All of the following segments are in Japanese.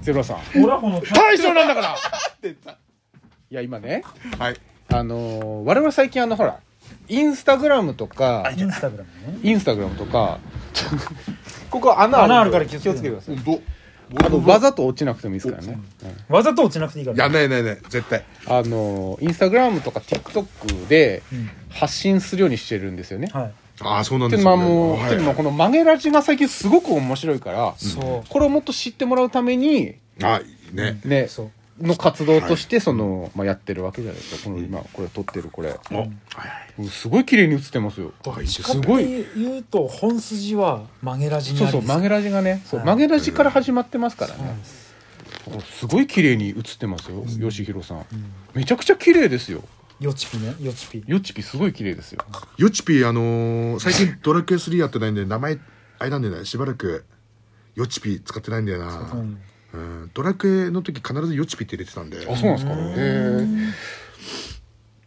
ゼロさんオラフの大将なんだから出たいや今ねはいあのー我々最近あのほらインスタグラムとかインスタグラムねインスタグラムとか ちょここ穴穴あるんでから気をつけくてださいどあのわざと落ちなくてもいいですからね、うんわざと落ちなくていいかいらやないないない絶対あのインスタグラムとか TikTok でうん発信するようにしてるんですよね。はいああそうなんってでいうすのはよもう、ねっていうのはこの曲げラジが最近すごく面白いから、そこれをもっと知ってもらうために、はいあねうね、そうの活動として、その、まあ、やってるわけじゃないですか。この今、これ撮ってるこれ。おはいはいうんすごい綺麗に映ってますよ。あいいですかすっごて言うと本筋は曲げラジにあそるうそう、曲げラジがね、そう、はい曲げラジから始まってますからそうなねん。ですすごい綺麗に映ってますよ、よしひろさん。めちゃくちゃ綺麗ですよ。よちぴねよちぴよちぴすごい綺麗ですよ。よちぴあのー最近ドラクエ3やってないんで名前あれなんだよねしばらくよちぴ使ってないんだよなうんうんドラクエの時必ずよちぴって入れてたんであ、そうなんですか。へえ。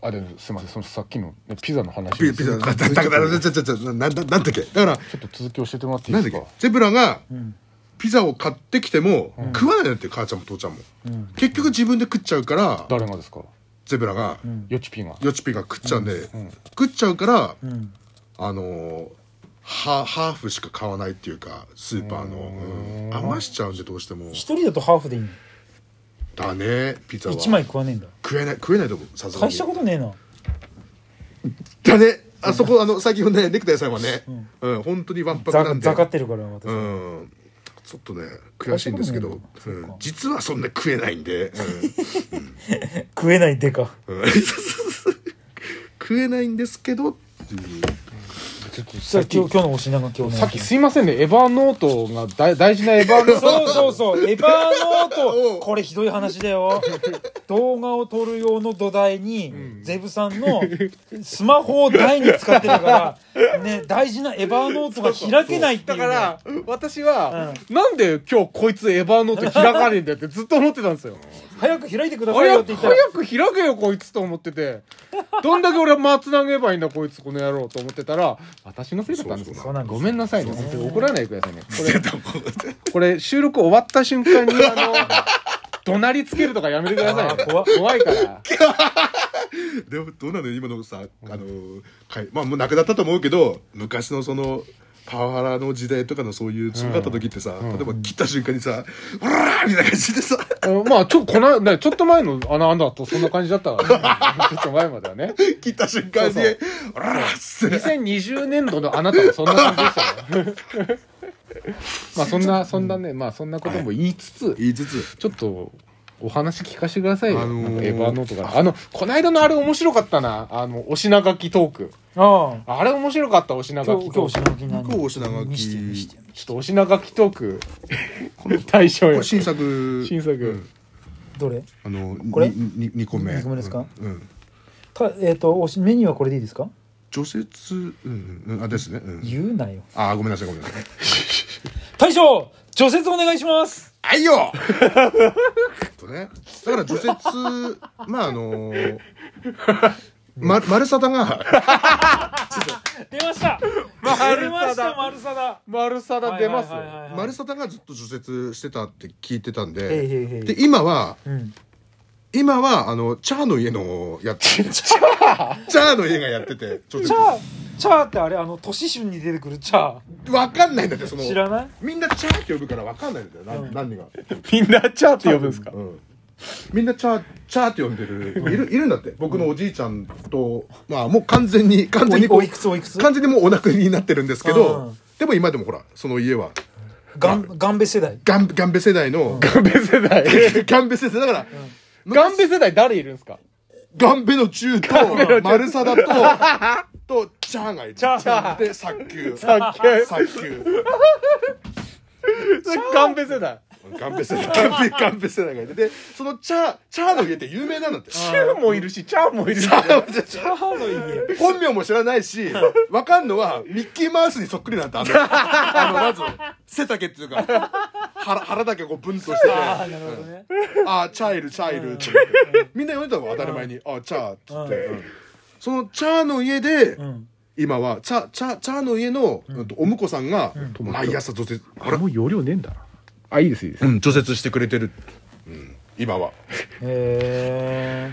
あ、でも、すみません、そのさっきの、ね、ピザの話。ピピザだだだだだちょだだだなんだなんだっけだからっと続き教えてもらっていないんでだっすかけ。ゼブラがピザを買ってきても食わないんだって母ちゃんも父ちゃんも結局自分で食っちゃうから誰がですか。ゼブラがよちぴが。よちぴが食っちゃうんで食っちゃうからうんあのーハハーフしか買わないっていうかスーパーのうん余しちゃうんでどうしても一人だとハーフでいいのだねピザは一枚食わねえんだ食えない食えないと思うさすが大にしたことねえなだねあそこあの最近のねネクタイさんはねうん本当にわんぱくなざんでざかってるから私うんちょっとね悔しいんですけど、そっかうん実はそんな食えないんで、食えないでか うんうん 食えないんですけどっていうちょっとささあっき今。日今日のお品書きをねさっきすいませんね、エヴァーノートが大大事なエヴァーノート。そうそうそう、エヴァーノ ート、これひどい話だよ。動画を撮る用の土台に、ゼブさんのスマホを台に使ってるから、ね、大事なエヴァーノートが開けないっていだうね。から、私は、なんで今日こいつエヴァーノート開かねえんだよってずっと思ってたん ですよ。早く開いてくださいよ早ってく言ったら、早く開けよこいつと思っててどんだけ俺は間つなげばいいんだこいつこの野郎と思ってたら私のせいだったんですそうそうなんですごめんなさいね本当に怒らないでくださいね これいこれ収録終わった瞬間にあ の怒鳴りつけるとかやめてくださいねあー怖っ怖い からでもどうなのよ今のさあのかいまあもうなくなったと思うけど昔のそのパワハラの時代とかのそういう強かった時ってさ、例えば切った瞬間にさ「うらー!」みたいな感じでさ あのまあちょこのねちょっと前のあのあんだとそんな感じだったから、ね、ちょっ と前まではね切った瞬間に「うそうそうら ー!」って2020年度のあなたはそんな感じでしたよねまあそんなそんなねまあそんなことも言いつつ、言いつつちょっと、お話聞かせてくださいよ。あのーなんかエヴァーノートから。あの、こないだのあれ面白かったな。あの、お品書きトーク。あああれ面白かった、お品今書日、き今日おトーク。品書き何今日お品書き見して、見して。ちょっとお品書きトーク、大賞こよれ。新作新作うんどれあのこれ2個目二個目ですかうんうんたえっ、とおし、メニューはこれでいいですか除雪うんうんあですねうん言うなよ。あーごめんなさいごめんなさい大将、除雪お願いしますあいよとねだから除雪まああのーま、丸貞が、出ました 丸貞出ました、丸さだ丸さだ出ます。丸貞がずっと除雪してたって聞いてたへんいへいへで、いで、今は、うん。今は、あの、チャーの家のやって、 チャーチャーの家がやってて、除チャー、チャーってあれ、あの、都市春に出てくるチャ雪。わかんないんだって、その、ー。知らないみんなチャーって呼ぶからわかんないんだよ、な何が。みんなチャーって呼ぶんですかうんみんなチャー、チャーって呼んでる、 いる、いるんだって。僕のおじいちゃんと、まあもう完全に、完全にこおういおいくつおいくつ完全にもうお亡くなりになってるんですけうどん、でも今でもほら、その家は、ガン、ガンベ世代。ガン、ガンベ世代の、ガンベ世代。ガンベ 世代、だから、ガンベ世代誰いるんですかガンベの中と、丸サダ と、と、チャーがいる。チャーで、卓球。卓球卓球。ガンベ世代。ガンベ世代、ガンベ、ガンベ世代がいて。で、そのチャー、チャーの家って有名なんだって。チューもいるし、チャーもいるし。チャーの家。本名も知らないし、わかんのは、ミッキーマウスにそっくりなんだ。あの、あのまず、背丈っていうか、腹、腹だけこう、ブンとしてて、ああ、なあるほどね。ー、チャイル、チャイルって。みんな呼んでたの当たり前に、あー、チャーって言って。うんそのチャーの家で、ん今は、チャー、チャー、チャーの家の、うんとお婿さんが、毎朝除雪、あれもう容量ねえんだな。あいいですいいですうん、除雪してくれてる、うん、今はへ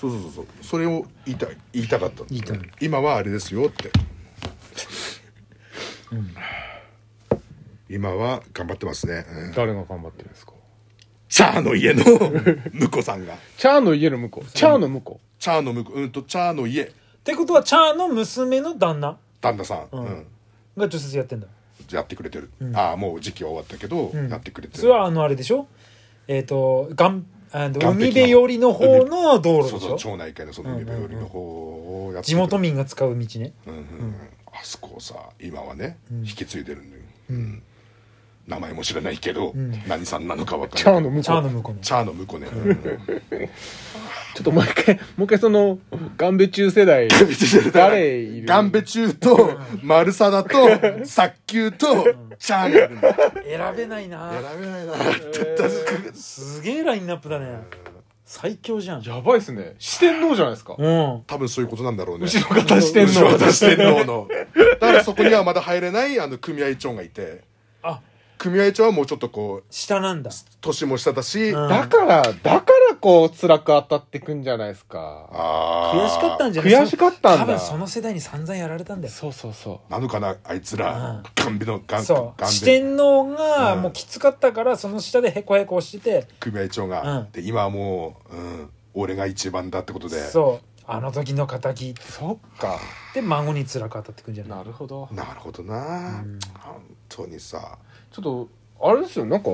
そうそうそうそうそれを言いたい言いたかったんです言いたい今はあれですよって、今は頑張ってますね、うん誰が頑張ってるんですかチャーの家の向こさんがチャーの家の向こうチャーの向こチャーの向こうんとチャーの家ーってことはチャーの娘の旦那旦那さん、うんが除雪やってんだやってくれてる、ああもう時期は終わったけど、やってくれてるそれはあのあれでしょえっ、とがんあの岸壁の海辺寄りの方の道路そでしうそうょ町内会のその海辺寄りの方をやって地くれて元民が使う道ねうんうんうんあそこをさ今はね、引き継いでるんだよ、うん名前も知らないけど、何さんなのかわうかチャーらなのい向こうチャーの向こうのチャーの向こうね、うんちょっともう一回もう一回そのガンベ中世代誰いるガンベ中と丸サダと早急とチャーがいるんだ選べないな選べないなって確かにすげえラインナップだね最強じゃんやばいっすね四天王じゃないですかうん多分そういうことなんだろうね後ろ方四天後ろ王渡してんののだからそこにはまだ入れないあの組合長がいてあ組合長はもうちょっとこう下なんだ年も下だし、うんだからだからこう辛く当たってくんじゃないですかあー悔しかったんじゃない悔しかったんだ多分その世代に散々やられたんだよそうそうそなのかなあいつら、ガンビのガンそうガンビ四天王がもうきつかったからその下でへこへこしてて組合長が、うんで今はもう、うん、俺が一番だってことでそうあの時の敵うそっかで孫に辛く当たってくんじゃないなるほどなるほどな、本当にさちょっとあれですよなんか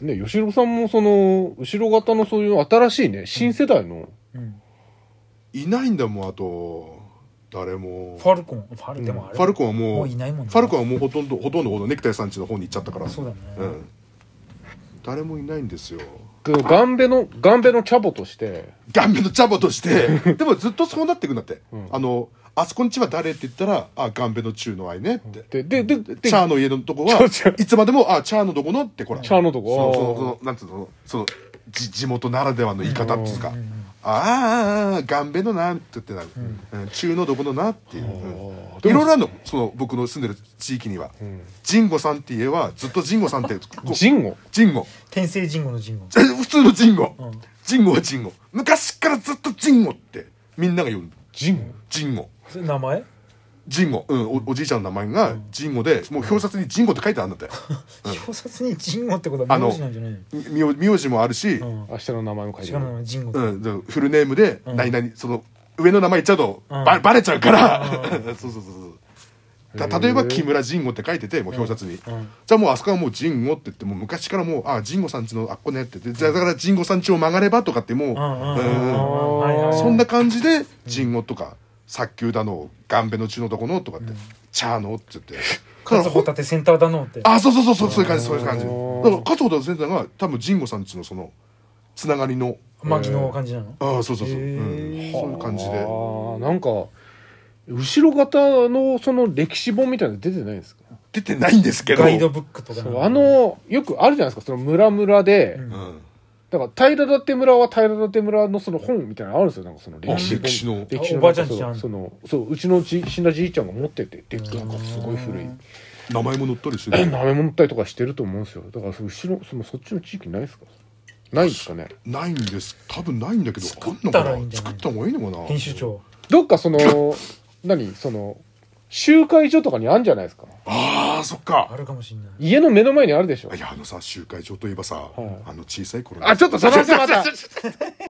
ね吉郎さんもその後ろ方のそういう新しいね新世代のうんいないんだもんあと誰もファルコンファルでもあれファルコンはもうもういないもんねファルコンはもうほとんどほとんどほとんどネクタイさんちの方に行っちゃったからそうだねん、誰もいないんですよけどガンベのガンベのチャボとしてガンビのチャボとして でもずっとそうなっていくんだって、んあのあそこんちは誰って言ったらあガンベの中の愛ねって、でででででチャーの家のとこそはうそういつまでもあチャーのとこのってほらチャーのとそのこそのそのなんつうのそのじ地元ならではの言い方っつうか、うんあーあーあーガンベのなって言ってなる、うん中のどこのなっていう、あーうんいろいろあるのその僕の住んでる地域には、ジンゴさんって家はずっとジンゴさ んってこうジンゴジンゴ 天聖人語の人語普通のジンゴ、んジンゴはジンゴ昔からずっとジンゴってみんなが呼ぶジンゴジンゴそれ名前ジンゴ、うん、おおじいちゃんの名前がジンゴで、もう表札にジンゴって書いてあるんだって表札に人語ってことは名字なんじゃないの名名字もあるし、ううんん明日の名前も書い違てうあ名る前人語でフルネームでうん何々、その上の名前言っちゃうとうんば、バレちゃうから、 そうそうそうそうへだー例えば木村慎吾って書いててもう表札うに、んじゃあもうあそこはもう慎吾って言ってもう昔からもうあ慎吾さんちのあっこねってでじゃあだから慎吾さんちを曲がればとかってもう、うんうんうんううんうんんはいはいそんな感じで慎吾とか早急だのガンベの血のとこのとかって、チャーのって言ってカツホタテセンターだのってあそうそうそうそうそういう感じそういう感じだあかーら勝本先生が多分慎吾さんちのそのつながりのマギの感じなのああそうそうそう、うへーん、そういう感じであーなんか後ろ方のその歴史本みたいなの出てないんですか出てないんですけどガイドブックとかそうあのよくあるじゃないですかその村々で、うんうんだから平立村は平立村のその本みたいなのあるんですよなんかその歴史あ歴史の歴史あおばあちゃんちそあんうのそのそううちのじ死んだじいちゃんが持っててでなんかすごい古い名前も載ったりしてえる舐め物ったりとかしてると思うんですよだからその後ろそのそっちの地域ないですかないですかねないんです多分ないんだけど作作っったたららいいんじゃな作いった方がいいのかな編集長どっかその何その集会所とかにあるんじゃないですかああそっあかるかもしんない家の目の前にあるでしょいやあのさ集会所といえばさ、いあの小さい頃あちょっとその話また